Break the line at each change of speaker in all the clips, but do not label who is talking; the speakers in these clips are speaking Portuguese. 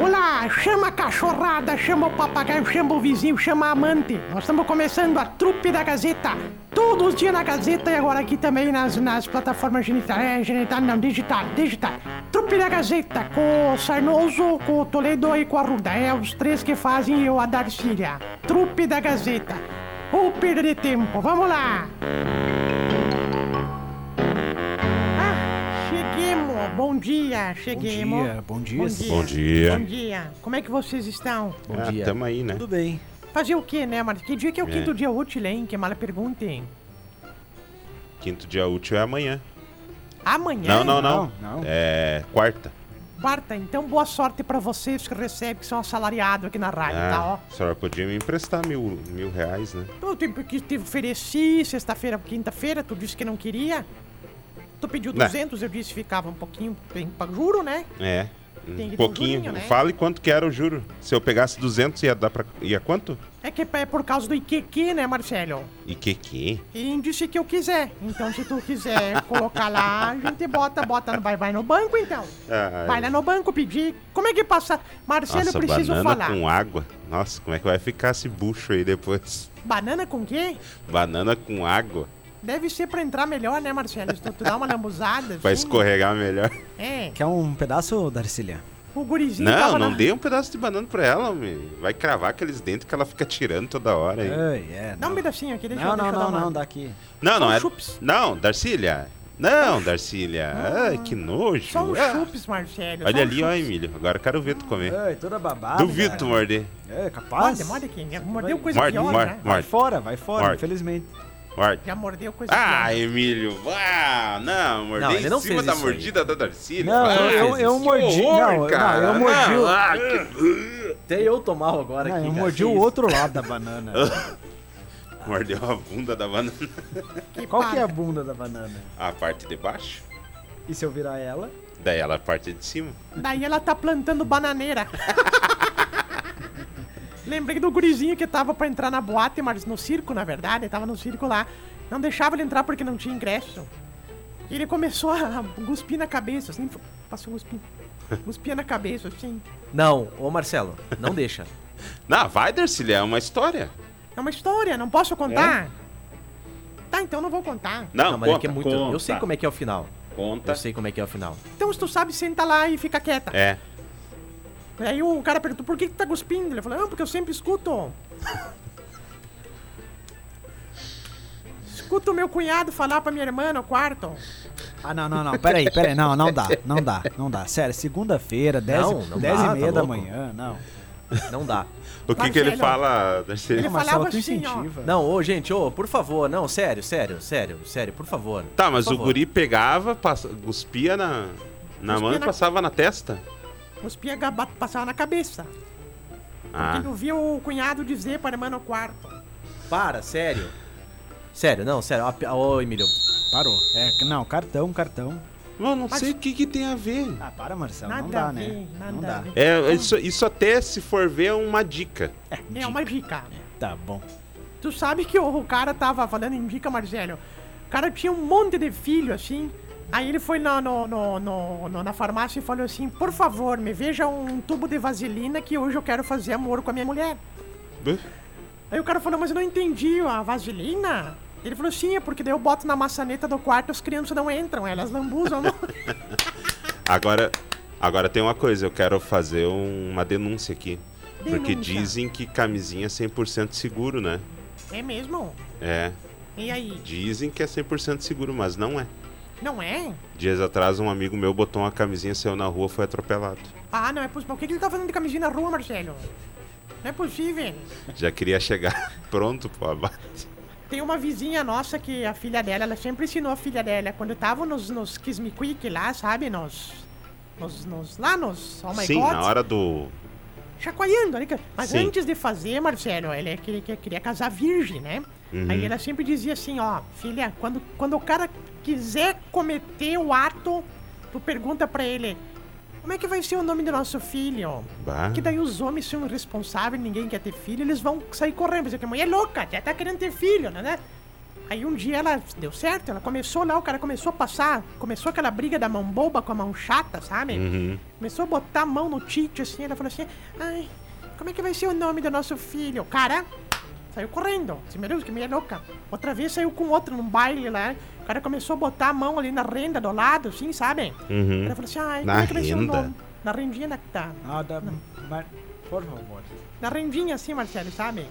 galera, chama a cachorrada, chama o papagaio, chama o vizinho, chama a amante. Nós estamos começando a trupe da Gazeta. Todos os dias na Gazeta e agora aqui também nas, nas plataformas genital, é, genital não, digital, digital. Trupe da Gazeta, com o Sarnoso, com o Toledo e com a Ruda. É os três que fazem eu a Darcília. Trupe da Gazeta. Ou perder tempo, vamos lá. Ah, cheguemos, bom dia, cheguemos.
dia, bom dia, sim.
Bom dia.
Bom dia. Como é que vocês estão?
Bom
Ah,
dia.
tamo aí, né?
Tudo bem.
Fazer o quê, né, Marcos? Que dia que é o
É.
quinto dia útil, hein? Que mala perguntem.
Quinto dia útil é amanhã.
Amanhã,
Não, não, não.
Não, não.
É quarta.
quarta, então boa sorte pra vocês que recebem, que são assalariados aqui na rádio, tá, ó?
Ah, a senhora podia me emprestar mil, mil reais, né?
Eu te, que te ofereci sexta-feira, quinta-feira, tu disse que não queria. Tu pediu
Né.
200, eu disse ficava um pouquinho, tem pra juro, né?
É. Um
Tem que ter um
pouquinho.
jurinho, né?
Fale quanto que era o juro. Se eu pegasse 200, ia dar pra. ia quanto?
É que é por causa do IQQ, né, Marcelo?
E que que?
Índice que eu quiser. Então, se tu quiser colocar lá, a gente bota, bota, no- vai, vai no banco, então.
Ai.
Vai lá no banco pedir. Como é que passa? Marcelo,
Nossa,
eu preciso
banana
falar.
com água. Nossa, como é que vai ficar esse bucho aí depois?
Banana com quê?
Banana com água.
Deve ser pra entrar melhor, né, Marcelo? Se tu, tu dá uma lambuzada.
Vai
assim.
escorregar melhor.
É.
Quer um pedaço, Darcília?
O gurizinho
Não,
tava
não
na...
dê um pedaço de banana pra ela, homem. Vai cravar aqueles dentes que ela fica tirando toda hora aí.
Ai, é,
Dá um
não.
pedacinho aqui, deixa
Não,
eu
não,
deixa eu
não,
dar uma-
não, daqui.
Não, não
um
é.
chups.
Não, Darcília. Não, Darcília. Ai, que nojo.
Só um
Ah.
chups, Marcelo. só
Olha
um
ali, ó,
chups.
Emílio. Agora quero ver tu comer.
Ai, toda babada.
Duvido tu
cara.
morder.
É, capaz.
Morde, morde aqui. Já mordeu coisa
Morde,
pior,
morde,
né?
Vai
morde,
fora, vai fora,
Morde.
infelizmente.
morde.
Já mordeu coisa
Ah,
pior.
Emílio, vá! Não, mordei
Não, ele não
em cima
fez
da
isso
mordida da Darcília.
Não,
Ah,
eu- eu- eu
que
mordi- não, eu- não,
cara.
eu mordi o-
Ah, que-
Até eu tomar agora
Não,
aqui.
eu
cara.
mordi
Que
o
isso?
outro lado da banana.
Mordeu a bunda da banana.
Qual que é a
pá-
bunda da banana?
A parte de baixo.
E se eu virar ela?
Daí ela a parte de cima.
Daí ela tá plantando bananeira. Lembrei do gurizinho que tava pra entrar na boate, mas no circo, na verdade, tava no circo lá. Não deixava ele entrar porque não tinha ingresso. E ele começou a cuspir na cabeça, assim, passou cuspir. Cuspia na cabeça, assim.
Não, ô Marcelo, não deixa.
Não, vai, Darcília, é uma história.
É uma história, não posso contar? Tá, então não vou contar.
Não,
mas
conta,
é que é muito.
Conta, Tá.
Eu sei como é que é o final.
Conta.
Eu sei como é que é o final.
Então se tu sabe, senta lá e fica quieta.
É.
Aí o cara perguntou, por que, que tá cuspindo? Ele falou, não, porque eu sempre escuto. escuto meu cunhado falar pra minha irmã no quarto.
Ah, não, não, não. Peraí, peraí. Não, não dá. Não dá, não dá. Sério, segunda-feira, 10,
Não, não
dez
dá,
e
tá
meia da
louco.
manhã, não.
Não dá.
O que, que ele
Marcelo.
fala, Darcília?
Ele
Não,
falava
Marcelo, tu
assim, ó.
incentiva.
Não, ô gente, ô, por favor, não, sério, sério, sério, sério, por favor.
Tá, mas
Por
o
favor.
guri pegava, passa, cuspia na, na
Cuspia
mão e
na-
passava na testa?
Cuspia gaba- passava na cabeça.
Ah,
Ele ouvia o cunhado dizer pra irmã no quarto.
Então
Para, sério. Sério, não, sério. Ó, Ô, Emílio.
Parou. É, que- não, cartão, cartão.
eu não
Mas-
sei o que, que tem a ver.
Ah, para, Marcelo.
nada
não dá,
a ver,
né?
nada
não dá.
a ver.
É, isso, isso até se for ver é uma dica.
É uma dica.
Tá bom.
Tu sabe que o, o cara tava falando em dica, Marcelo. O cara tinha um monte de filho, assim. Aí ele foi na, no- no- no- no- na farmácia e falou assim: Por favor, me veja um tubo de vaselina que hoje eu quero fazer amor com a minha mulher. Aí o cara falou: Mas eu não entendi a vaselina. Ele falou: Sim, é porque daí eu boto na maçaneta do quarto as crianças não entram, elas lambuzam. não?"
Agora, agora tem uma coisa, eu quero fazer um- uma denúncia aqui. Porque
Denúncia.
dizem que camisinha é 100% seguro, né?
é mesmo?
É,
E aí?
dizem que é 100% seguro, mas não é.
Não é?
Dias atrás, um amigo meu botou uma camisinha, saiu na rua, foi atropelado.
Ah, não é possível. Por que que ele tá falando de camisinha na rua, Marcelo? Não é possível.
Já queria chegar pronto pro abate.
Tem uma vizinha nossa que a filha dela, ela sempre ensinou a filha dela. Quando tava nos, nos Kiss Me Quick lá, sabe? Nos. Nos. nos lá nos. Oh my
Sim,
god.
na hora do...
Chacoalhando, né? cara? Mas
Sim.
antes de fazer, Marcelo, ela é que, ele que- queria casar virgem, né?
Uhum.
Aí ela sempre dizia assim: ó, filha, quando, quando o cara quiser cometer o ato, tu pergunta pra ele. Como é que vai ser o nome do nosso filho?
Bah.
Que daí os homens são irresponsáveis, ninguém quer ter filho, eles vão sair correndo. Porque a mulher é louca, já tá querendo ter filho, né? né? Aí um dia ela deu certo, ela começou lá, o cara começou a passar, começou aquela briga da mão boba com a mão chata, sabe?
Uhum.
Começou a botar a mão no Tite, assim, ela falou assim, ai, como é que vai ser o nome do nosso filho? O Cara, saiu correndo, assim, meu Deus, que mulher louca. Outra vez saiu com outro num baile lá, o cara começou a botar a mão ali na renda do lado, assim, sabe?
Uhum.
Ela falou assim, ai,
Na
como é que vai ser o
renda?
nome? Na rendinha da, da,
Nada, Ah, mas, por favor.
na rendinha, assim, Marcelo, sabe?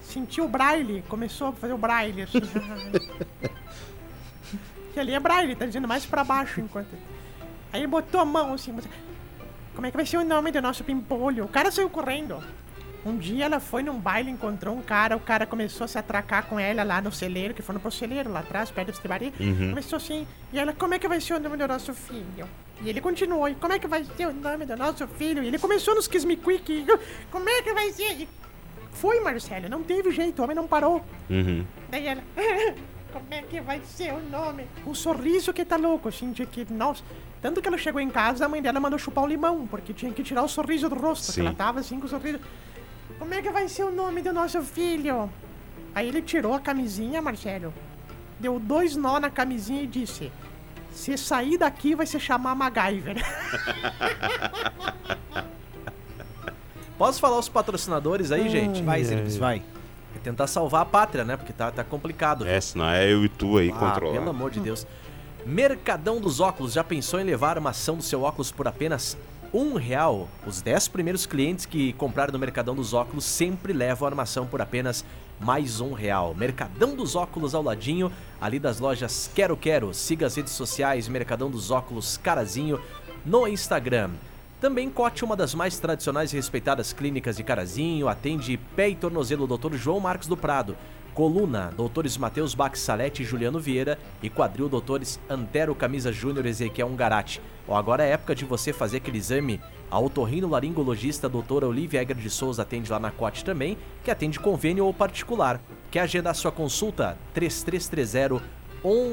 Sentiu o braille, começou a fazer o braille, assim. que ali é braille, tá dizendo mais pra baixo enquanto. Aí botou a mão, assim, mas- como é que vai ser o nome do nosso pimpolho? O cara saiu correndo. Um dia ela foi num baile, encontrou um cara, o cara começou a se atracar com ela lá no celeiro, que foram pro celeiro lá atrás, perto do Estibari. Começou assim, e ela, como é que vai ser o nome do nosso filho? E ele continuou, e como é que vai ser o nome do nosso filho? E ele começou nos Kismiquick, como é que vai ser? E foi, Marcelo, não teve jeito, o homem não parou.
Uhum.
Daí ela, como é que vai ser o nome? Um sorriso que tá louco, assim, de que, nossa. Tanto que ela chegou em casa, a mãe dela mandou chupar o limão, porque tinha que tirar o sorriso do rosto, porque
Sim.
ela tava assim com o sorriso. Como é que vai ser o nome do nosso filho? Aí ele tirou a camisinha, Marcelo, deu dois nó na camisinha e disse: Se sair daqui, vai se chamar MacGyver.
Posso falar os patrocinadores aí, gente?
Vai, Zirbis, vai.
É tentar salvar a pátria, né? Porque tá, tá complicado.
É, senão é eu e tu aí
Ah,
controlar.
Pelo amor de Deus. Mercadão dos óculos. Já pensou em levar uma ação do seu óculos por apenas um real? Os 10 primeiros clientes que compraram no Mercadão dos Óculos sempre levam a armação por apenas mais um real. Mercadão dos Óculos ao ladinho, ali das lojas Quero Quero. Siga as redes sociais Mercadão dos Óculos Carazinho no Instagram. Também Cote, uma das mais tradicionais e respeitadas clínicas de Carazinho, atende pé e tornozelo Dr. João Marcos do Prado, coluna doutores Matheus Bach Salete e Juliano Vieira e quadril doutores Antero Camisa Júnior e Ezequiel Ungarati. Ó, agora é época de você fazer aquele exame. A otorrinolaringologista doutora Olivia Egger de Souza atende lá na Cote também, que atende convênio ou particular. Quer agendar sua consulta? 3330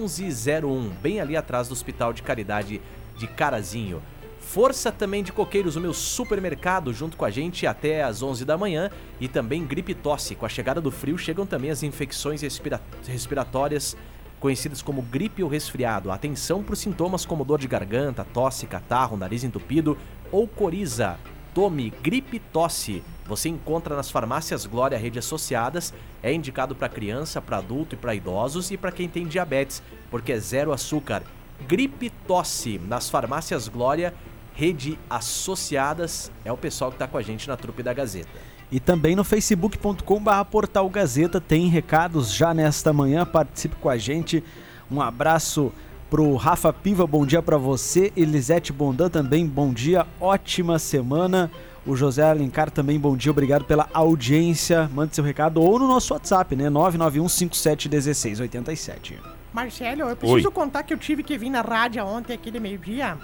1101, bem ali atrás do Hospital de Caridade de Carazinho. Força também de Coqueiros, o meu supermercado, junto com a gente até às 11 da manhã. E também gripe e tosse. Com a chegada do frio, chegam também as infecções respira- respiratórias conhecidas como gripe ou resfriado. Atenção para os sintomas como dor de garganta, tosse, catarro, nariz entupido ou coriza. Tome gripe e tosse. Você encontra nas farmácias Glória Rede Associadas. É indicado para criança, para adulto e para idosos e para quem tem diabetes, porque é zero açúcar. Gripe Tosse, nas farmácias Glória, Rede Associadas, é o pessoal que tá com a gente na trupe da Gazeta.
E também no facebook.com.br Portal Gazeta tem recados já nesta manhã. Participe com a gente. Um abraço pro Rafa Piva, bom dia pra você. Elisete Bondan também, bom dia. Ótima semana. O José Alencar também, bom dia. Obrigado pela audiência. Mande seu recado ou no nosso WhatsApp, né? 991571687.
Marcelo, eu preciso
Oi.
contar que eu tive que vir na rádio ontem, aquele meio-dia.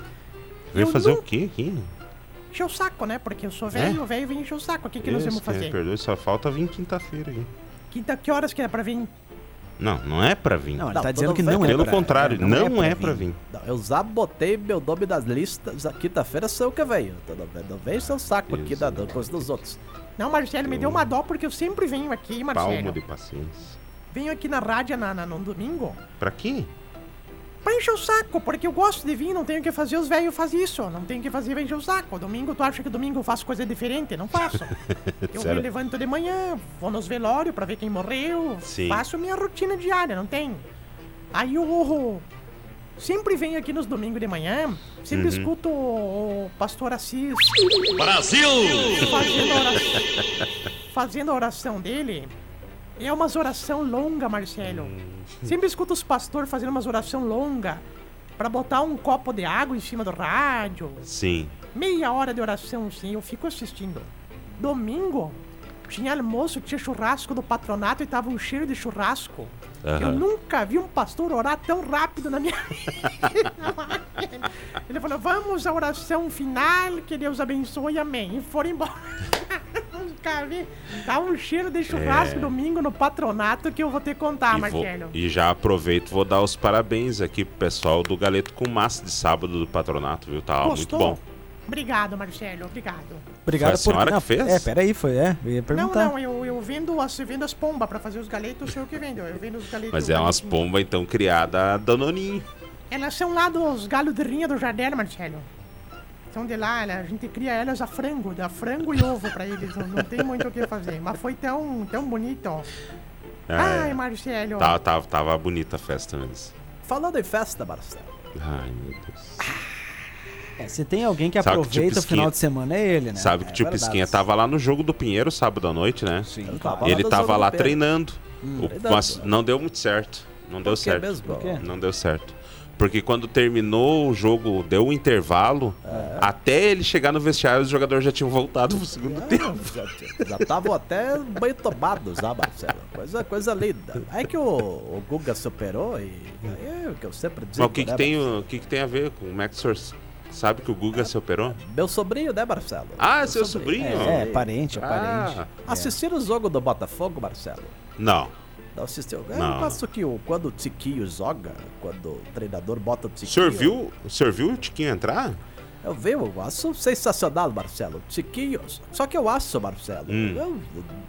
Veio
Eu
fazer
não-
o quê aqui?
Encher o saco, né? Porque eu sou velho, o velho vem encher o saco. O que, que nós vamos
É? Esse, né,
fazer?
Perdoe, só falta vir quinta-feira aí.
Quinta, que horas que era pra vir?
Não, não é pra vir.
Não, ele
Não,
tá
todo
dizendo que
mundo
não é
vai-
Pelo
pra-
contrário, não, é, pra vir.
Eu já botei meu nome das listas, a quinta-feira sou eu que venho. Então Não não vem seu saco aqui da da coisa dos outros.
Não, Marcelo, me deu uma dó porque eu sempre venho aqui,
Palmo
Marcelo.
de paciência.
Venho aqui na rádio na, na, no domingo
Pra quê?
pra encher o saco, porque eu gosto de vir, não tenho o que fazer, os velhos fazem isso. Não tenho o que fazer, vai encher o saco. Domingo, tu acha que domingo eu faço coisa diferente? Não faço. eu me
Sério?
levanto de manhã, vou nos velórios pra ver quem morreu,
Sim.
faço minha rotina diária, não tem. Aí eu sempre venho aqui nos domingos de manhã, sempre escuto o, o pastor Assis fazendo a oração, fazendo a oração dele. É umas oração longa, Marcelo. Sempre escuto os pastores fazendo umas oração longa pra botar um copo de água em cima do rádio.
Sim.
Meia hora de oração, sim, eu fico assistindo. Domingo tinha almoço, tinha churrasco do patronato e tava um cheiro de churrasco. Eu
Aham.
nunca vi um pastor orar tão rápido na minha vida. Ele falou: vamos à oração final, que Deus abençoe, amém. E foram embora. nunca vi. Tá um cheiro de churrasco domingo no patronato que eu vou ter que contar,
É. e, vou-
Ah, Marcelo.
e já aproveito, vou dar os parabéns aqui pro pessoal do Galeto com Massa de sábado do patronato, viu? Tava ah, muito bom.
Obrigado, Marcelo, obrigado.
Obrigado
a senhora que
não,
fez?
É, peraí, foi, é. Eu ia perguntar.
Não, não, eu, eu vendo as, eu vendo as pombas pra fazer os galetos, eu sei o que vendo. Eu vendo os galetos.
Mas é umas
galetinhos.
pombas, então, criada a Danoninho.
Elas são lá dos galhos de rinha do jardim, Marcelo. São de lá, ela- a gente cria elas a frango, dá frango e ovo pra eles, não, não tem muito o que fazer. Mas foi tão, tão bonito.
É, Tá.
Ai, Marcelo.
tava, tava, tava bonita a festa mesmo.
Falando em festa, Marcelo.
Ai, meu Deus.
É, se tem alguém que
Sabe que o
aproveita o
Tio
final
Pisquinha-
de semana é ele, né?
Sabe
É
que tipo o tio
verdade.
Pisquinha tava lá no jogo do Pinheiro sábado à noite, né?
Sim,
Ele
claro.
tava
Ele
dos
tava
olhos
lá
do pé.
treinando. O-
treinando.
mas não deu muito certo. Não deu
Por que
certo.
mesmo,
Por quê?
Não deu certo. Porque quando terminou o jogo, deu um intervalo, até ele chegar no vestiário, os jogadores já tinham voltado pro segundo
É.
tempo.
Já- Já estavam até bem tomados lá, Marcelo. Coisa, coisa linda. Aí que o, o Guga superou e. É o que eu sempre digo.
Mas o que, que,
né,
tem, o que, que tem a ver com o Max Source? Sabe que o Guga se operou?
Marcelo? Meu sobrinho, né, Marcelo?
Ah,
Meu
seu sobrinho?
É, é, parente, é parente.
Ah.
Assistiram o jogo do Botafogo, Marcelo?
Não.
Não assistiu? É
Não.
o passo que o- quando o Tiquinho joga, quando o treinador bota o
O
Tiquinho.
senhor viu, o senhor viu o Tiquinho entrar?
Eu vi, eu acho sensacional, Marcelo. Tiquinho. Só que eu acho, Marcelo.
Hum.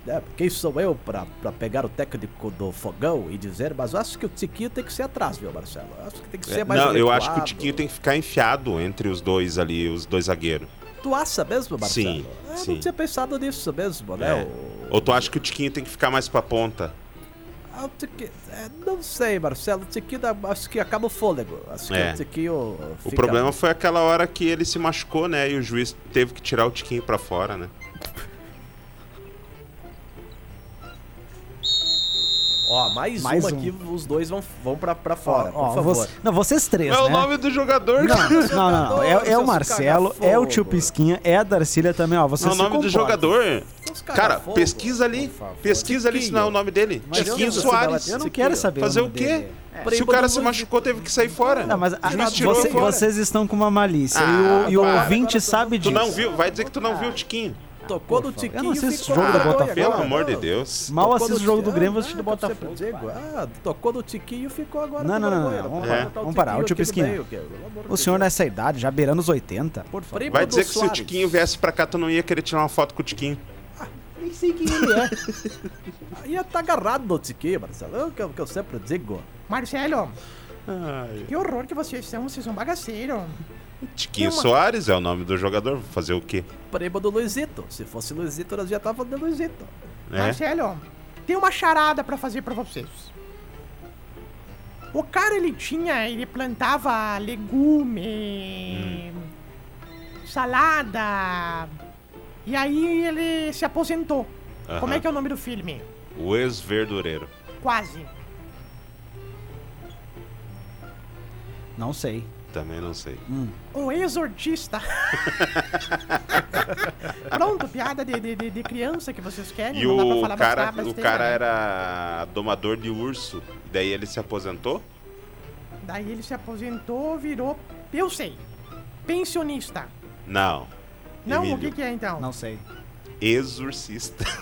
Eu, é, quem sou eu pra, pra pegar o técnico do fogão e dizer, mas eu acho que o Tiquinho tem que ser atrás, meu Marcelo. Eu acho que tem que ser é mais.
É, Não, eu
recuado.
acho que o Tiquinho tem que ficar enfiado entre os dois ali, os dois zagueiros.
Tu acha mesmo, Marcelo?
Sim,
eu
sim.
não tinha pensado nisso mesmo, né?
É.
O-
Ou tu acha que o Tiquinho tem que ficar mais pra ponta?
Ah, o Tiquinho- é, não sei, Marcelo. O Tiquinho dá- acho que acaba o fôlego. Acho
É.
que o Tiquinho.
O
fica-
problema foi aquela hora que ele se machucou, né? E o juiz teve que tirar o Tiquinho pra fora, né?
Ó, mais,
Mais
uma
um.
aqui, os dois vão, vão pra, pra
Ó,
fora,
ó,
por favor.
você- não, vocês três,
É o
né?
nome do jogador,
Não,
cara.
não, não, não. É, é o
seus
Marcelo, é o tio
cagafogo.
Pisquinha, é a Darcília também, ó.
É
Vocês
o nome
se
do jogador.
Os
Cara,
cagafogo.
pesquisa ali.
Por favor.
Pesquisa ali se não é o nome dele.
Mas eu
Tiquinho
não-
Soares.
Eu não
Tiquinho.
quero saber.
Fazer o
nome
quê?
dele.
Se o cara se machucou, teve que sair fora.
Não, mas a-
o juiz
você-
tirou fora.
vocês estão com uma malícia
Ah,
e o, e o
para.
ouvinte sabe
Tu
disso.
não viu? Vai dizer que tu não viu o Tiquinho.
Tocou
Por
no
favor.
Tiquinho.
Eu não assisto
ficou
jogo do
na vergonha
Botafogo. é
Pelo
agora,
amor de
não.
Deus.
Mal
Tocou
assisto o
no
jogo do
Tiquinho,
Grêmio,
ah,
assisto do
que eu sempre
Botafogo.
digo, Ah, tocou no Tiquinho e ficou agora.
Não,
com
não, não,
vergonha,
não,
pô,
vamos
vai
parar.
botar
Vamos parar, o tio
aqui no
Pisquinha.
meio, que- é pelo amor de
O senhor é-
Deus.
nessa idade, já beirando os 80. Por favor.
Primo
Vai
do
dizer que se o
Soares.
Tiquinho viesse pra cá, tu não ia querer tirar uma foto com o Tiquinho.
Nem sei quem ele é.
Ia tá agarrado no Tiquinho, Marcelo. É o que eu, que eu sempre digo.
Marcelo, que horror que vocês são, vocês são bagaceiros.
Tiquinho
Tem uma-
Soares é o nome do jogador. Fazer o quê?
Primo do Luizito. Se fosse Luizito, nós já tava de Luizito.
Né?
Marcelo, tem uma charada pra fazer pra vocês. O cara ele tinha, ele plantava legume,
Hum.
salada. E aí ele se aposentou. Como é
Aham.
que é o nome do filme?
O ex-verdureiro.
Quase.
Não sei.
Também não sei.
O Um exortista. Pronto, piada de, de, de- de criança que vocês querem.
E
É, não dá pra
o
falar mais
cara,
nada,
o
besteira,
cara
né?
era domador de urso. e Daí ele se aposentou?
Daí ele se aposentou, virou. Eu sei. Pensionista.
Não.
Não, o
Emílio,
que, é? que é então?
Não sei.
Exorcista.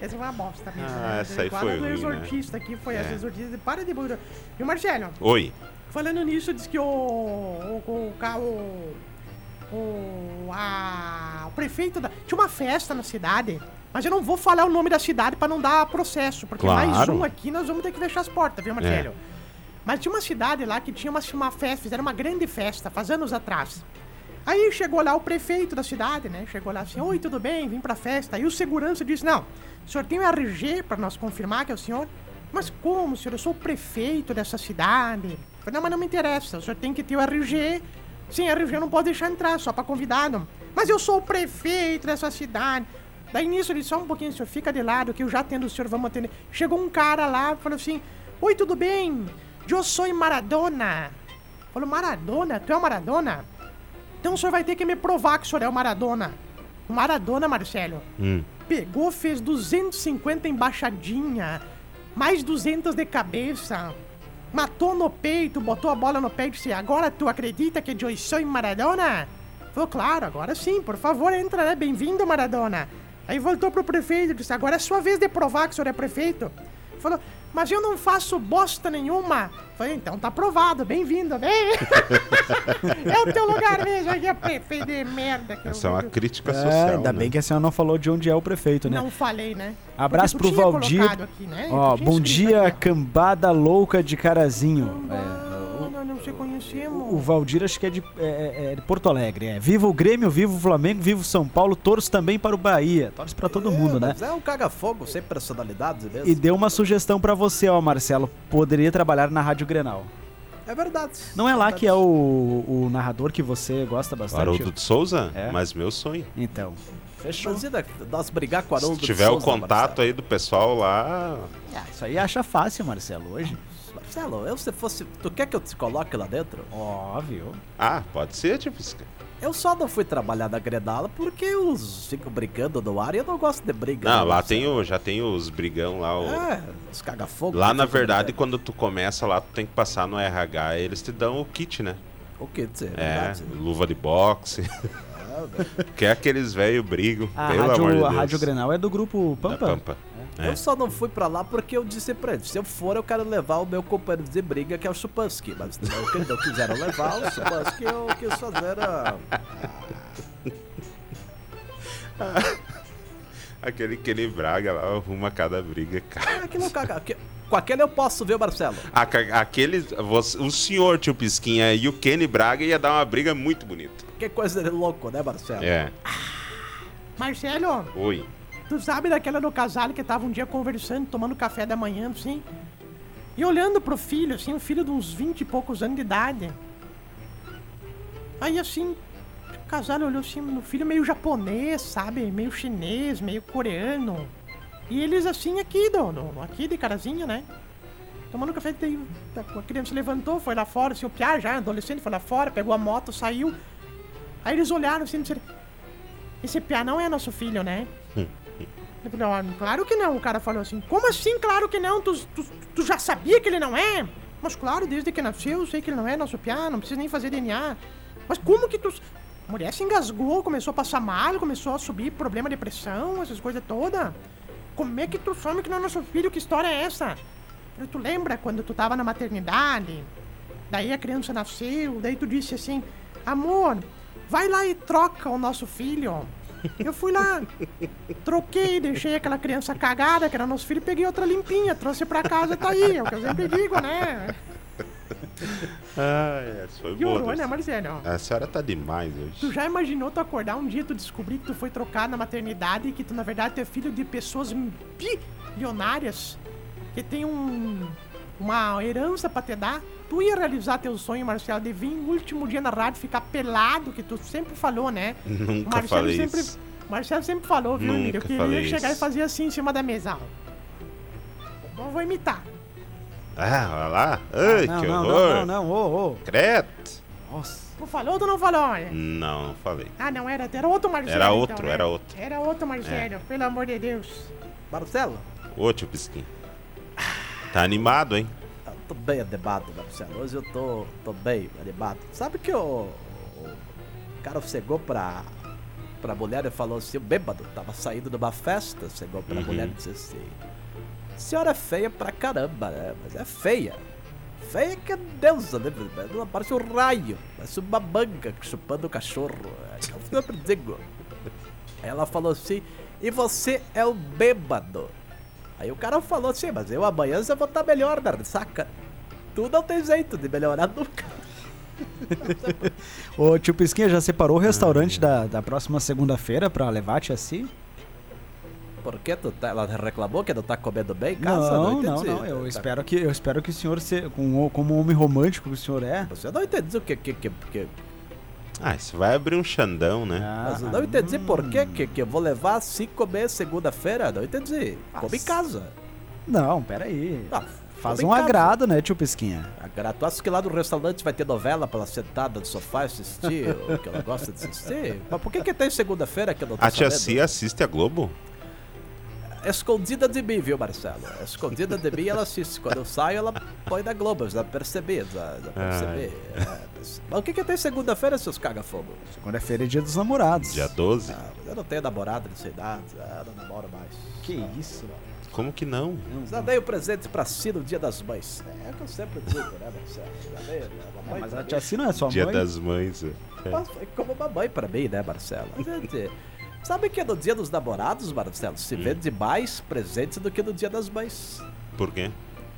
Essa foi uma bosta mesmo.
Ah,
né?
essa aí
Quase
foi
do
ruim, né?
exortista aqui, foi
É.
essa exortista. Para de burro. E o Marcelo,
Oi.
falando nisso, diz que o. O. O. ca- O. O, a- o prefeito da. Tinha uma festa na cidade. Mas eu não vou falar o nome da cidade pra não dar processo. Porque mais
Claro.
um aqui nós vamos ter que fechar as portas, viu, Marcelo? Mas tinha uma cidade lá que tinha uma, uma festa, fizeram uma grande festa, faz anos atrás. Aí chegou lá o prefeito da cidade, né? Chegou lá assim, oi, tudo bem, vim pra festa. Aí o segurança disse, não, o senhor tem um RG pra nós confirmar que é o senhor? Mas como, senhor? Eu sou o prefeito dessa cidade. Eu falei, não, mas não me interessa, o senhor tem que ter o RG. Sem RG não pode deixar entrar, só pra convidado. Mas eu sou o prefeito dessa cidade. Daí nisso ele só um pouquinho, senhor, fica de lado que eu já atendo o senhor, vamos atender. Chegou um cara lá, falou assim, oi, tudo bem? Eu sou Maradona. Falou, Maradona? Tu é o Maradona? Então o senhor vai ter que me provar que o senhor é o Maradona. O Maradona, Marcelo,
Hum.
pegou, fez 250 embaixadinha, mais 200 de cabeça, matou no peito, botou a bola no pé e disse: Agora tu acredita que eu sou Maradona? Falou, claro, agora sim, por favor, entra, né? Bem-vindo, Maradona. Aí voltou pro prefeito e disse: Agora é sua vez de provar que o senhor é prefeito. Falou: mas eu não faço bosta nenhuma. Falei, então tá aprovado, bem-vindo, bem É o teu lugar mesmo, aqui é prefeito de merda. Que
Essa é
eu,
uma crítica social.
É, ainda
né?
bem que a senhora não falou de onde é o prefeito, né?
Não falei, né?
Abraço
Porque tu
pro
tinha
Valdir.
colocado aqui, né?
Ó,
Tu tinha
bom
escrito
dia,
aqui,
cambada louca de carazinho.
ó. Ah, nós não se conhecemos.
É, O Valdir acho que é de, é- é- é de Porto Alegre. É. Viva o Grêmio, viva o Flamengo, viva o São Paulo, torço também para o Bahia. Torce para todo mundo, né?
Mas é assim. um caga-fogo, sem personalidades mesmo.
E deu uma sugestão para você, ó, Marcelo. Poderia trabalhar na Rádio Grenal.
É verdade.
Não é lá que é o, o narrador que você gosta bastante?
Haroldo de Souza?
É.
Mas meu sonho.
Então.
Fechou. Imagina nós brigar com o
Se
Haroldo de
tiver o
Souza,
contato aí do pessoal lá,
é.
Ah, isso aí acha fácil, Marcelo, hoje.
Marcelo, Marcelo, eu se fosse. Tu quer que eu te coloque lá dentro?
Óbvio.
Ah, pode ser, tipo.
Eu só não fui trabalhar na Grenala porque os ficam brigando no ar e eu não gosto de briga.
Não,
né,
lá
Marcelo?
tem o, já tem os brigão lá. o-
Ah,
É, os caga-fogo.
Lá
que
na
ficam
verdade, quando tu começa lá, tu tem que passar no RH, eles te dão o kit, né?
brigando. O que dizer?
É,
verdade.
luva de boxe. Quer aqueles velho brigam,
A,
pelo
rádio,
amor de
a
Deus.
rádio Grenal é do grupo
Da
Pampa?
Pampa. É.
Eu só não fui pra lá porque eu disse pra eles: se eu for, eu quero levar o meu companheiro de briga, que é o Chupansky. Mas não, que não quiseram levar o Chupansky, eu quis fazer a.
Aquele que ele braga lá, arruma cada briga, cara.
Ah, que não caga. que- Com aquele eu posso, viu, Marcelo?
A- ca- Aquele, você- o senhor tio Pisquinha e o Kenny Braga ia dar uma briga muito bonita.
Que coisa de louco, né, Marcelo?
É,
Marcelo,
oi.
Tu sabe daquela do casal que tava um dia conversando, tomando café da manhã, assim? E olhando pro filho, assim, um filho de uns 20 e poucos anos de idade. Aí, assim, o casal olhou assim no filho meio japonês, sabe? Meio chinês, meio coreano. E eles, assim, aqui, do, do- aqui de carazinha, né? Tomando café, daí a criança levantou, foi lá fora, assim, o piá já, adolescente, foi lá fora, pegou a moto, saiu. Aí eles olharam assim, e disseram, esse piá não é nosso filho, né? Eu falei, "Ah, claro que não. O cara falou assim, como assim claro que não? Tu, tu, tu já sabia que ele não é? Mas claro, desde que nasceu, eu sei que ele não é nosso piá, não precisa nem fazer DNA. Mas como que tu... s-?" A mulher se engasgou, começou a passar mal, começou a subir problema de pressão, essas coisas todas. Como é que tu some que não é nosso filho? Que história é essa? Eu falei, tu lembra quando tu tava na maternidade? Daí a criança nasceu, daí tu disse assim, amor, vai lá e troca o nosso filho. Eu fui lá, troquei, deixei aquela criança cagada, que era nosso filho, peguei outra limpinha, trouxe pra casa, tá aí, é o que eu sempre digo, né?
Ai, essa foi boa.
Piorou, né,
Darcy.
Marcelo?
A senhora tá demais
Tu
hoje.
já imaginou tu acordar um dia, tu descobrir que tu foi trocar na maternidade e que tu, na verdade, tu é filho de pessoas bilionárias que tem um, uma herança pra te dar? Tu ia realizar teu sonho, Marcelo, de vir no último dia na rádio ficar pelado, que tu sempre falou, né?
Nunca
Marcelo
falei
sempre,
isso.
Marcelo sempre falou, viu,
Nunca
Emílio? Que ele
falei
ia chegar
isso.
e fazer assim em cima da mesa. ó. Bom, vou imitar.
Ah, olha lá. Ai,
não,
que
não,
horror.
não, não, não, ô, ô.
Credo.
Nossa.
Tu falou ou tu não falou? olha?
Não, não falei.
Ah, não, era, era outro Marcelo.
Hum. Era
então,
outro,
né?
era outro. É.
Era outro Marcelo, pelo amor de Deus.
Marcelo?
Ô, tio Pisquinha. Tá animado, hein?
Eu tô bem animado, Marcelo. Hoje eu tô, tô bem animado. Sabe que o, o cara chegou pra, pra mulher e falou assim, o bêbado, tava saindo de uma festa, chegou pra
Uhum.
mulher e disse assim, senhora é feia pra caramba, né? Mas é feia. Feia que é deusa, né? Mas Ela parece um raio, parece uma manga chupando o cachorro. É que Eu sempre digo. Ela falou assim, e você é o bêbado. Aí o cara falou assim, mas eu amanhã já vou estar melhor, né? saca? Tu não tem jeito de melhorar nunca.
Ô, tio Pisquinha, já separou o restaurante da, da próxima segunda-feira pra levar a tia Si?
Por que tu tá, ela reclamou que não tá comendo bem em casa?
não, não,
entendi.
não. Eu,
Tá-
espero que, eu espero que o senhor, se, com, o- como homem romântico que o senhor é...
Você não entendi o que... que, que, que
Ah, você vai abrir um xandão, né?
Ah, hum.
mas eu não entendi por que, que que eu vou levar se comer segunda-feira. Não entendi. Come em casa.
Não, peraí.
Ah,
Faz
come em
um
casa.
agrado, né, tio Pisquinha?
Agrado. Tu acha que lá no restaurante vai ter novela pra ela sentada no sofá e assistir o que ela gosta de assistir? Mas por que que tem segunda-feira que eu não tô
A tia
sabendo?
Cia assiste a Globo?
escondida de mim, viu, Marcelo? Escondida de mim, ela assiste. Quando eu saio, ela põe na Globo, eu já percebi, já, já percebi. É, mas, mas o que que tem segunda-feira, seus caga-fogo?
Segunda-feira é dia dos namorados.
Dia 12?
Ah, mas eu não tenho namorado nessa idade, ah, não ah, namoro mais.
Que isso, mano.
Como que não?
Já dei o presente pra si no dia das mães. É, o que eu sempre digo, né, Marcelo? Já dei a
É,
mamãe
mas
pra
a
mim.
tia Si não é sua
Dia
mãe.
das Mães. é.
Mas foi como mamãe pra mim, né, Marcelo? Gente, sabe que no dia dos namorados, Marcelo, se vende mais presentes do que no dia das mães.
Por quê?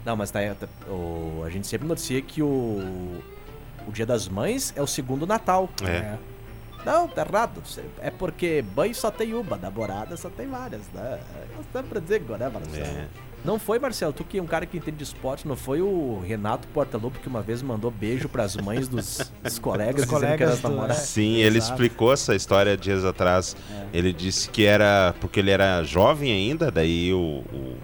Não, mas tá, tá- o- a gente sempre noticia que o, o dia das mães é o segundo Natal.
É.
Não, tá errado. É porque mãe só tem uma, namorada só tem várias, né? Eu sempre digo, né, Marcelo?
É.
Não foi, Marcelo, tu que é um cara que entende de esporte, não foi o Renato Portaluppi que uma vez mandou beijo pras mães dos, dos colegas
Dos
dizendo que
colegas
elas
do-
namoravam?
Sim, ele
é. Exato. É.
explicou essa história dias atrás. Ele disse que era porque ele era jovem ainda, daí o, o-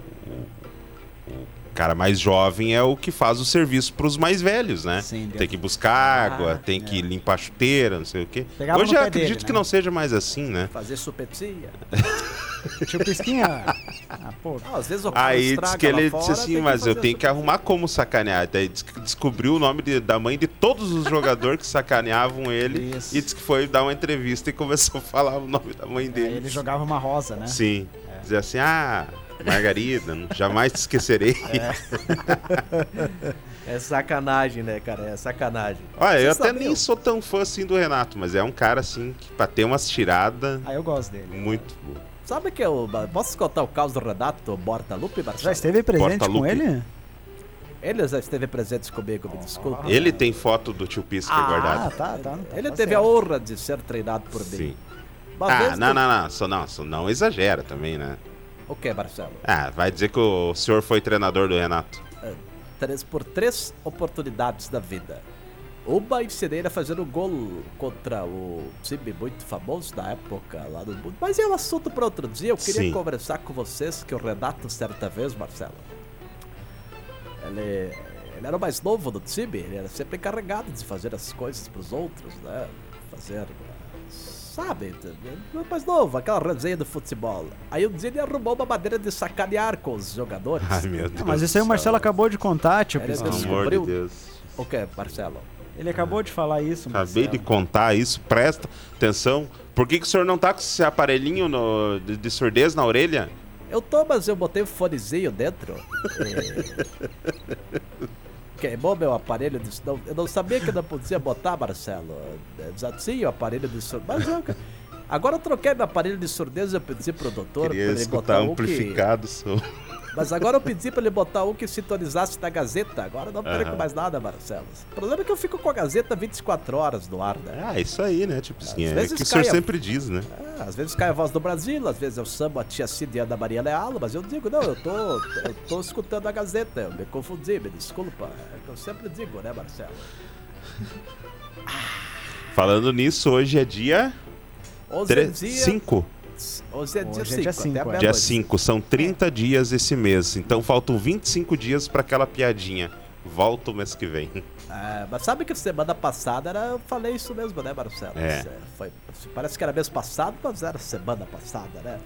o- o cara mais jovem é o que faz o serviço para os mais velhos, né?
Sim,
tem que buscar água,
Ah,
tem que
é.
limpar a chuteira, não sei o quê.
Pegava
Hoje
no
eu
pé
acredito
dele,
que
né?
não seja mais assim, né?
Fazer supetia.
Tio Pisquinha. ah, pô.
Não, às vezes o cara
Aí
estraga
diz que
lá
ele
fora,
disse assim,
tem
mas eu
fazer
tenho que arrumar como sacanear. Daí diz que descobriu o nome de- da mãe de todos os jogadores que sacaneavam ele
Isso.
e disse que foi dar uma entrevista e começou a falar o nome da
É,
mãe
Aí
dele.
ele jogava uma rosa, né?
Sim. Dizer assim, ah, Margarida, não- jamais te esquecerei.
É sacanagem, né, cara? É sacanagem.
Olha, eu
Vocês
até
sabiam?
nem sou tão fã assim do Renato, mas é um cara assim que pra ter umas tiradas
Ah, eu gosto dele.
muito boa.
Sabe que eu. Posso contar o caos do Renato Bortalupe, Marcelo?
Já esteve presente com
Porta-lupe.
ele?
Ele já esteve presente comigo, me desculpe.
Ele tem foto do tio Pisca
Ah,
Ah,
guardada.
tá, tá.
Ele
tá
teve a
certo.
honra de ser treinado por mim.
Sim.
Uma
Ah,
vez
não,
que-
não, não, só não, só não exagera também, né?
O que, Marcelo?
Ah, vai dizer que o senhor foi treinador do Renato.
Três por três oportunidades da vida. Uma ensinei ele a fazer o gol contra o time muito famoso da época lá do mundo. Mas é um assunto para outro dia. Eu queria
Sim.
conversar com vocês que o Renato, certa vez, Marcelo, ele, ele era o mais novo do time. Ele era sempre encarregado de fazer as coisas para os outros, né? Fazer. Sabe, entendeu? Era o mais novo, aquela resenha do futebol. Aí um dia ele arrumou uma maneira de sacanear com os jogadores.
Ai, meu Deus.
Ah, mas
é
isso aí o
do
Marcelo
céu.
acabou de contar, tio
Ele
Pisquinha.
Pelo
descobriu.
amor de Deus.
O que, Marcelo?
Ele acabou de falar isso,
Acabei de contar isso, presta atenção. Por que, que o senhor não tá com esse aparelhinho no- de, de surdez na orelha?
Eu tô, mas eu botei um fonezinho dentro. e- Queimou meu aparelho de som. Eu não sabia que não podia botar, Marcelo. Eu Já tinha o aparelho de surdez. Mas eu... Agora eu troquei meu aparelho de surdez e eu pedi pro doutor
Queria
ele
escutar
um
amplificado, senhor.
que... Mas agora eu pedi pra ele botar um que sintonizasse na Gazeta. Agora eu não perco mais nada, Marcelo. O problema é que eu fico com a Gazeta 24 horas no ar, né?
Ah, isso aí, né, tipo assim,
Às
é
vezes
que o senhor
cai a-
sempre diz, né?
Ah, às vezes cai a voz do Brasil, às vezes eu samba a tia Cid e a Ana Maria Leal, mas eu digo, não, eu tô, eu tô escutando a Gazeta, eu me confundi, me desculpa. É o que eu sempre digo, né, Marcelo?
Falando nisso, hoje é dia
Hoje é
5.
dia...
Cinco?
Hoje
Hoje
é
é dia
dia 5,
cinco, é.
Dia 5, são 30 dias esse mês, então faltam 25 dias pra aquela piadinha. Volta o mês que vem.
É, mas sabe que semana passada era, eu falei isso mesmo, né, Marcelo?
É.
Foi, parece que era mês passado, mas era semana passada, né?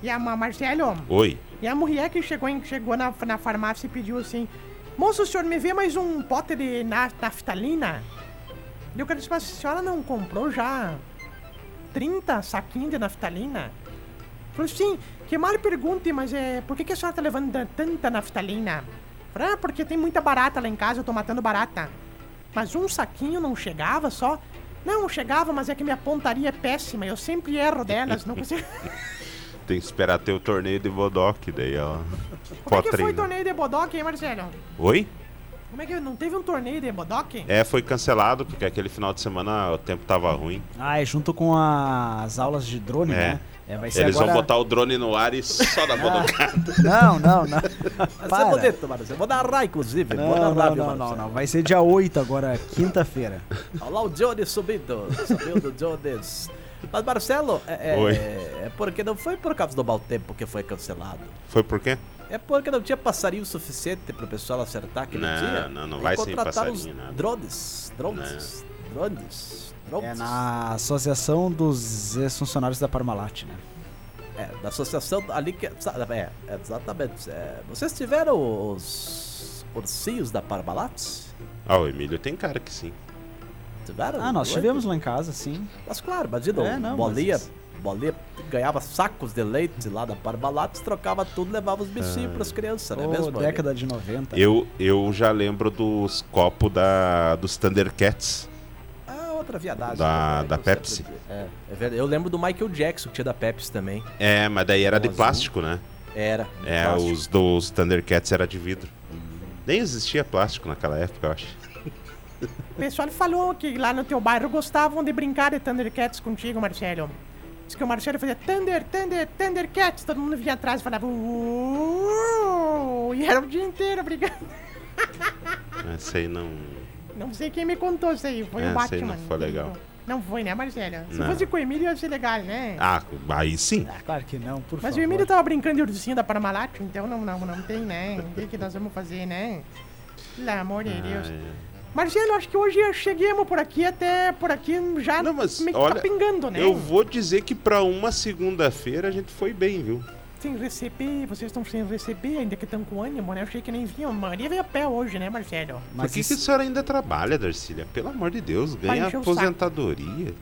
E a Ma- Marcelo,
Oi.
e a mulher que chegou, em- chegou na, na farmácia e pediu assim: Moço, o senhor me vê mais um pote de na- naftalina? E o cara disse: Mas a senhora não comprou já 30 saquinhos de naftalina? Falou sim, que mal pergunte, mas é, por que, que a senhora tá levando tan- tanta naftalina? Falei, ah, porque tem muita barata lá em casa, eu tô matando barata. Mas um saquinho não chegava só? Não, chegava, mas é que minha pontaria é péssima, eu sempre erro delas, não consigo...
Tem que esperar ter o torneio de Bodoc, daí ela.
Como é que foi
Potrinho.
o torneio de Bodoque, hein, Marcelo?
Oi?
Como é que não teve um torneio de Bodoque?
É, foi cancelado, porque aquele final de semana o tempo tava ruim.
Ah, é junto com a- as aulas de drone,
É.
né? É, vai ser
Eles
agora...
vão botar o drone no ar e só na Bodoc.
Não, não, não.
Mas é
Para.
bonito, Marcelo. Vou narrar, inclusive.
Não,
vou
não,
narrar,
não,
viu,
não,
Marcelo?
não, Vai ser dia 8 agora, quinta-feira.
Olha lá o Johnny subindo. Subiu do Jones. Mas Marcelo, é, é-
Oi.
é porque não foi por causa do mau tempo que foi cancelado.
Ah.
Foi por quê?
É porque não tinha passarinho suficiente pro pessoal acertar aquele
Não,
dia.
não, não
E
vai sem
contrataram os
passarinho, nada.
Drones, drones, drones, drones.
É na Associação dos Ex-Funcionários da Parmalat, né?
É, da associação ali que... sabe, É, é, exatamente. É, vocês tiveram os ursinhos da Parmalat?
Ah, o Emílio tem cara que sim.
Tiveram?
Ah, nós
Oi?
Tá
tivemos lá em casa, sim.
Mas claro, imagina,
É, não,
bolinha
mas-
boleto, ganhava sacos de leite lá da Barbalatos, trocava tudo, levava os
Ah.
bichinhos pras
Tá
crianças, não é
Ô,
mesmo? Ale?
década de 90.
Tá.
Eu, eu já lembro dos copos da, dos Thundercats.
Ah, outra viadagem.
Da-
né,
da
que eu sempre
Pepsi.
vi. É, é verdade. Eu lembro do Michael Jackson, que tinha da Pepsi também.
É, mas daí era de
Azul.
plástico, né?
Era.
É,
plástico.
os dos Thundercats era de vidro.
Hum.
Nem existia plástico naquela época, eu acho.
O pessoal falou que lá no teu bairro gostavam de brincar de Thundercats contigo, Marcelo. Diz que o Marcelo fazia Thunder, Thunder, Thundercats. Todo mundo vinha atrás e falava... "Uou", E era o dia inteiro brigando.
Essa aí não.
Não sei quem me contou isso aí. Foi
É,
o
isso aí
Batman.
não foi legal.
Não foi, né, Marcelo? Se
Não.
fosse com o Emílio, ia ser legal, né?
Ah, aí sim.
Ah, claro que não, por
Mas
favor.
o Emílio tá- tava brincando de ursinho da Parmalat, então não, não, não tem, né? O que, que nós vamos fazer, né? Pelo amor de Deus. Marcelo, acho que hoje chegamos por aqui, até por aqui já
Não, mas
meio que
olha,
tá pingando, né?
Eu vou dizer que pra uma segunda-feira a gente foi bem, viu?
Sem receber, vocês estão sem receber, ainda que estão com ânimo, né? Eu achei que nem vinham. Maria veio a pé hoje, né, Marcelo?
Por
Mas
que, que a
isso-
senhora ainda trabalha, Darcília? Pelo amor de Deus, ganha
encher o saco.
aposentadoria.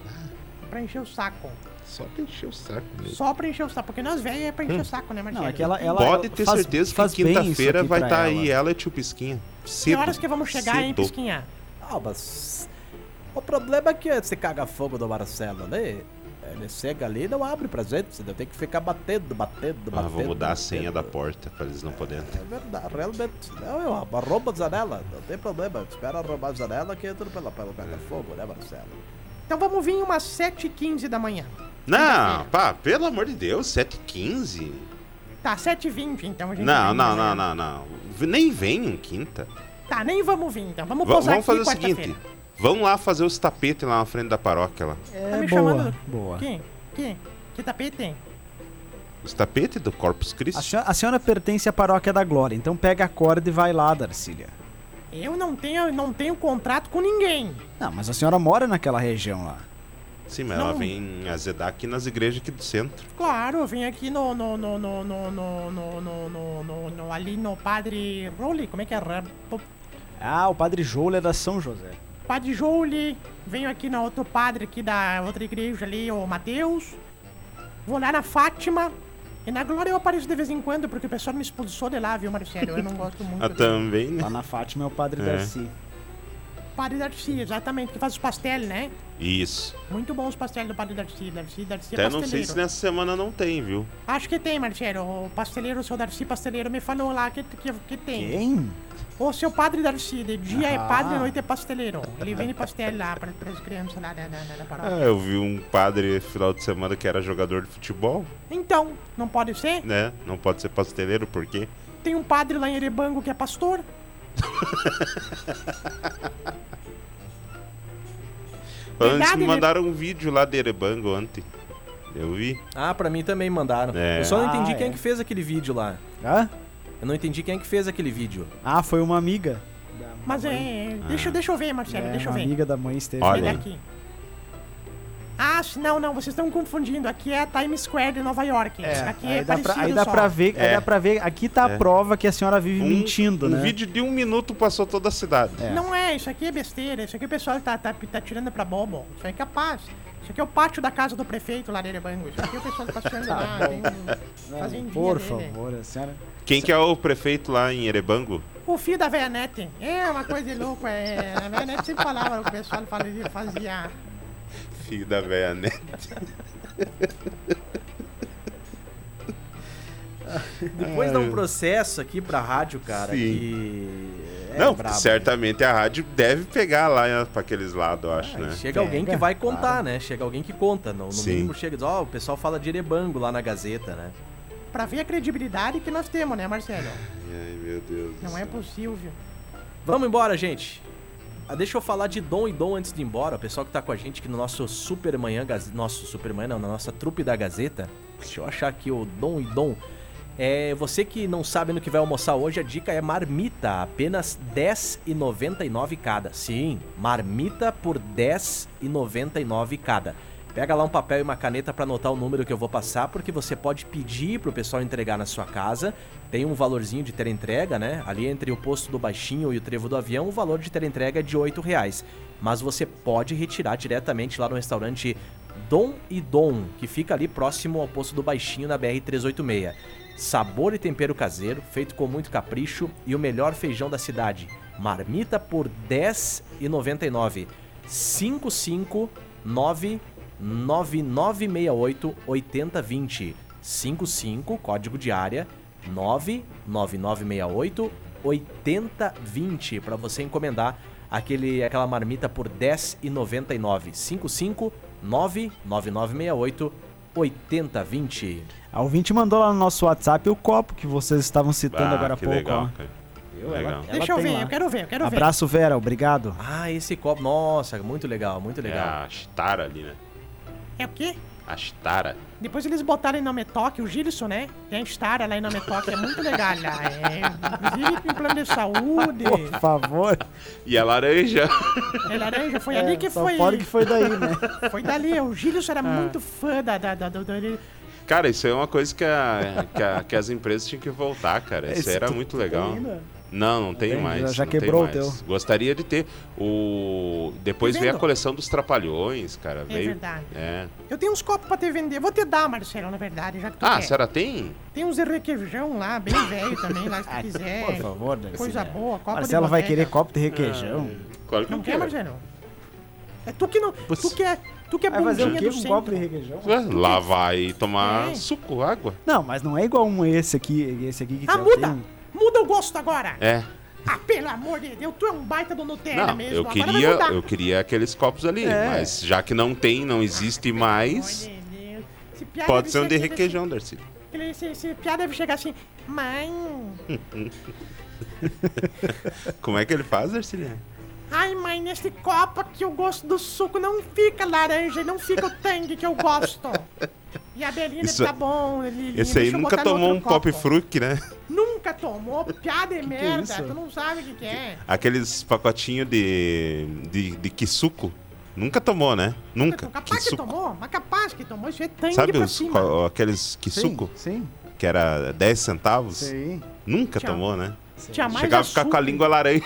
Pra encher o saco.
Só pra encher o saco mesmo.
Só pra encher o saco, porque nós velhos é pra
Hum.
encher o saco, né, Marcelo?
Não, é que ela, ela
Pode ter
faz-
certeza
faz
que
bem isso
quinta-feira
aqui
vai
pra
estar aí é. ela e tio Pisquinha.
Que
Cedo,
horas que vamos chegar, hein,
cedo.
Pisquinha?
Ah, mas. O problema é que esse caga-fogo do Marcelo, né? Ele chega ali e não abre pra gente. Você tem que ficar batendo, batendo,
Ah,
batendo.
vou mudar a
batendo.
senha da porta pra eles não poderem entrar.
É verdade, realmente. né? Não, eu arrobo a janela, não tem problema. Espera arrombar a janela que entra pela, pelo caga-fogo, né, Marcelo?
Então vamos vir umas 7h15 da manhã.
Não, pá, pelo amor de Deus, 7h15?
Tá, 7h20, então a gente
Não,
vai,
não,
né?
não, não, não. V- Nem venham quinta.
Tá, nem vamos vir então. Vamos
Va-
posar
vamos fazer
aqui
o seguinte.
quarta-feira.
Vamos lá fazer os tapetes lá na frente da paróquia lá.
É,
Tá me
boa,
chamando?
boa.
Quem? Quem? Que tapete tem?
Os tapetes do Corpus
A,
Christi.
senho- a senhora pertence à paróquia da Glória, então pega a corda e vai lá, Darcília.
Eu não tenho, não tenho contrato com ninguém.
Não, mas a senhora mora naquela região lá.
Sim, mas ela
Não.
vem azedar aqui nas igrejas aqui do centro.
Claro, eu vim aqui no no no no no no no no no, no, no ali no Padre Rowley, como é que é? Ra- po-
Ah, o Padre Joula é da São José.
Padre Joule, venho aqui na outro padre aqui da outra igreja ali, o Mateus. Vou lá na Fátima. E na Glória eu apareço de vez em quando, porque o pessoal me expulsou de lá, viu, Marcelo? Eu não gosto muito.
Ah, também, né?
Lá na Fátima é o Padre
É.
Darcy.
Padre Darcy, exatamente, que faz os pastéis, né?
Isso.
Muito bom os pastéis do Padre Darcy. Darcy, Darcy é
Até não sei
pasteleiro.
se né? nessa semana não tem, viu?
Acho que tem, Marcelo. O pasteleiro, o seu Darcy Pasteleiro me falou lá que, que, que tem.
Quem?
O seu Padre Darcy, de dia é
Ah.
padre, de noite é pasteleiro. Ele vende pastel lá para as crianças lá na, na, na- na paróquia.
Ah, eu vi um padre final de semana que era jogador de futebol,
Então, não pode ser?
né? Não pode ser pasteleiro, por quê?
Tem um padre lá em Erebango que é pastor.
Antes
Verdade,
me
né?
mandaram um vídeo lá de Erebango ontem. Eu vi.
Ah, pra mim também mandaram.
É.
Eu só não
Ah,
entendi quem
é.
é que fez aquele vídeo lá.
Hã?
Eu não entendi quem é que fez aquele vídeo.
Ah, foi uma amiga.
Mas é. Deixa, deixa eu ver, Marcelo,
é,
deixa eu
uma
ver.
amiga da mãe esteve.
Ah. Olha
Ele é
aí.
aqui. Ah, se- não, não, vocês estão confundindo. Aqui é Times Square de Nova York. aqui é
aí dá,
parecido
pra, aí dá
só.
pra ver, aí
É.
dá pra ver, aqui tá a prova que a senhora vive
Um-
mentindo,
um
né?
vídeo de um minuto passou toda a cidade.
É.
Não é, isso aqui é besteira, isso aqui o pessoal tá, tá, tá tirando pra bobo. Isso aí é capaz. Isso aqui é o pátio da casa do prefeito lá de Erebango. Isso aqui o pessoal tá tirando lá. Tem um,
Não,
fazendinha
por
dele.
favor, a senhora.
Quem que é o prefeito lá em Erebango?
O fio da velha net. É uma coisa de louco, é. A velha net sempre falava, o pessoal fazia. fazia.
Filho da véia, né?
Depois dá um processo aqui pra rádio, cara,
É. Sim.
que... é
Não,
brabo, né?
certamente a rádio deve pegar lá eh, pra aqueles lados, eu acho,
Aí
né?
Chega alguém que
Pega,
vai contar,
claro.
né? Chega alguém que conta. No, no
Sim.
mínimo chega e diz, ó, o pessoal fala de Erebango lá na Gazeta, né?
Pra ver a credibilidade que nós temos, né, Marcelo?
Ai, meu Deus. do
Não é
céu.
possível.
Vamos embora, gente. Ah, deixa eu falar de Dom e Dom antes de ir embora. O pessoal que tá com a gente aqui no nosso Supermanhã, Gaz- nosso Supermanhã não, na nossa trupe da Gazeta. Deixa eu achar aqui o Dom e Dom. É, você que não sabe no que vai almoçar hoje, a dica é marmita, apenas R$ 10,99 cada. Sim, marmita por R$ 10,99 cada. Pega lá um papel e uma caneta para anotar o número que eu vou passar, porque você pode pedir pro pessoal entregar na sua casa. Tem um valorzinho de ter entrega, né? Ali entre o posto do baixinho e o trevo do avião, o valor de ter entrega é de R$ 8,00. Mas você pode retirar diretamente lá no restaurante Dom e Dom, que fica ali próximo ao posto do Baixinho na BR-386. Sabor e tempero caseiro, feito com muito capricho e o melhor feijão da cidade. Marmita por R$ 10,99. 559-9968-8020. 55, código de área, 99968 8020 para você encomendar aquele, aquela marmita por R$ 10,99. 55 99968 8020.
A ouvinte mandou lá no nosso WhatsApp o copo que vocês estavam citando agora há
Ah, que
pouco.
legal,
ó.
cara.
Eu,
Legal.
ela-
Deixa eu
tem
ver,
lá.
eu quero ver, eu quero ver.
Abraço, Vera, obrigado.
Ah, esse copo. Nossa, muito legal, muito legal.
É a Chitara ali, né?
É o quê?
A Chitara.
Depois eles botaram em Nametoque, o Gilson, né? Tem a Stara lá em Nametoque, é muito legal lá. É, inclusive, em plano de saúde,
Por favor.
E a laranja.
é laranja, foi ali que
Só
foi.
fora que foi daí, né?
Foi dali, o Gilson
Ah.
era muito fã da, da, da, da- da-
Cara, isso aí é uma coisa que, a- que, a- que as empresas tinham que voltar, cara. Isso
Esse
aí era
tu-
muito
tu
legal.
tem ainda?
Não, não tem
tem,
mais.
já
não tem
quebrou o
mais.
teu.
Gostaria de ter. O... Depois
Tá
veio a
vendo?
coleção dos Trapalhões, cara.
É
veio...
verdade.
É.
Eu tenho uns copos pra te vender, vou te dar, Marcelo, na verdade, já que tu
Ah, a
quer.
senhora tem?
Tem uns de requeijão lá, bem velho também, lá se tu quiser.
Por favor, Darcy,
é. Coisa
né?
boa, copa de É.
Marcelo vai
boteca.
querer copo de requeijão.
Claro que
Não
eu
quer,
quero.
Marcelo? É tu que não. Tu que é, tu que é
Vai fazer o
bundinha
quê
do
com um copo de
centro.
requeijão?
Ué, Lá vai tomar
É.
suco, água.
Não, mas não é igual um esse aqui, esse aqui que
Ah,
já
muda!
tem-
Muda o gosto agora!
É.
Ah, pelo amor de Deus, tu é um baita do Nutella
Não,
mesmo.
eu
agora vai
queria,
mudar. É.
eu queria aqueles copos ali, mas já que não tem, não existe mais,
Olha, Deus. Esse piá
pode
deve
ser um de
aquele-
requeijão, Darcy.
aquele- Esse, esse piá deve chegar assim, mãe,
Como é que ele faz, Darcy?
ai mãe, nesse copo aqui eu gosto do suco, não fica laranja, não fica o tangue que eu gosto. E a Belinha deve
Isso-
tá bom, Lilinha,
Esse aí
deixa eu
nunca
botar no
tomou um
outro
pop fruit, né?
Nunca tomou, piada de merda,
isso?
tu não sabe o que, que é.
Aqueles pacotinhos de, de, de quisuco. Nunca tomou, né? Nunca.
Capaz que
Quisuco.
tomou, mas capaz que tomou, isso é tangue
Sabe
pra
os,
cima.
co- aqueles quisuco,
Sim,
que era 10 centavos?
sim.
Nunca
Tchau.
tomou, né?
Tinha mais
Chegava a ficar com a
açúcar.
língua laranja.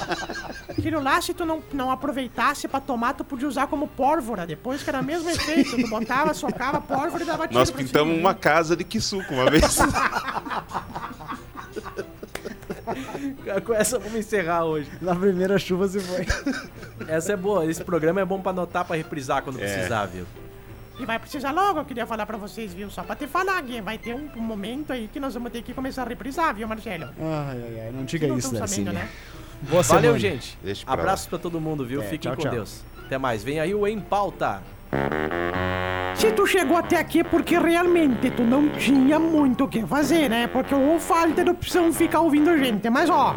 Aquilo lá, se tu não, não aproveitasse pra tomar, tu podia usar como pólvora. Depois que era o mesmo efeito. Tu botava, socava a pólvora e dava tiro
Nós
pra
pintamos
cima.
uma casa de quisuco uma vez.
Com essa vamos encerrar hoje.
Na primeira chuva se foi.
Essa é boa, esse programa é bom pra anotar, pra reprisar quando precisar, viu?
E vai precisar logo, eu queria falar pra vocês, viu? Só pra te falar, Gui. Vai ter um, um momento aí que nós vamos ter que começar a reprisar, viu, Marcelo?
Ai, ai, ai, não diga
Vocês não
é isso,
tão
Darcy.
sabendo, né?
Boa semana.
Valeu, gente.
Deixa pra lá.
Abraço pra todo mundo, viu?
É,
Fiquem
tchau,
com
tchau.
Deus. Até mais. Vem aí o Em Pauta.
Se tu chegou até aqui é porque realmente tu não tinha muito o que fazer, né? Porque ou falta de opção ficar ouvindo a gente. Mas ó,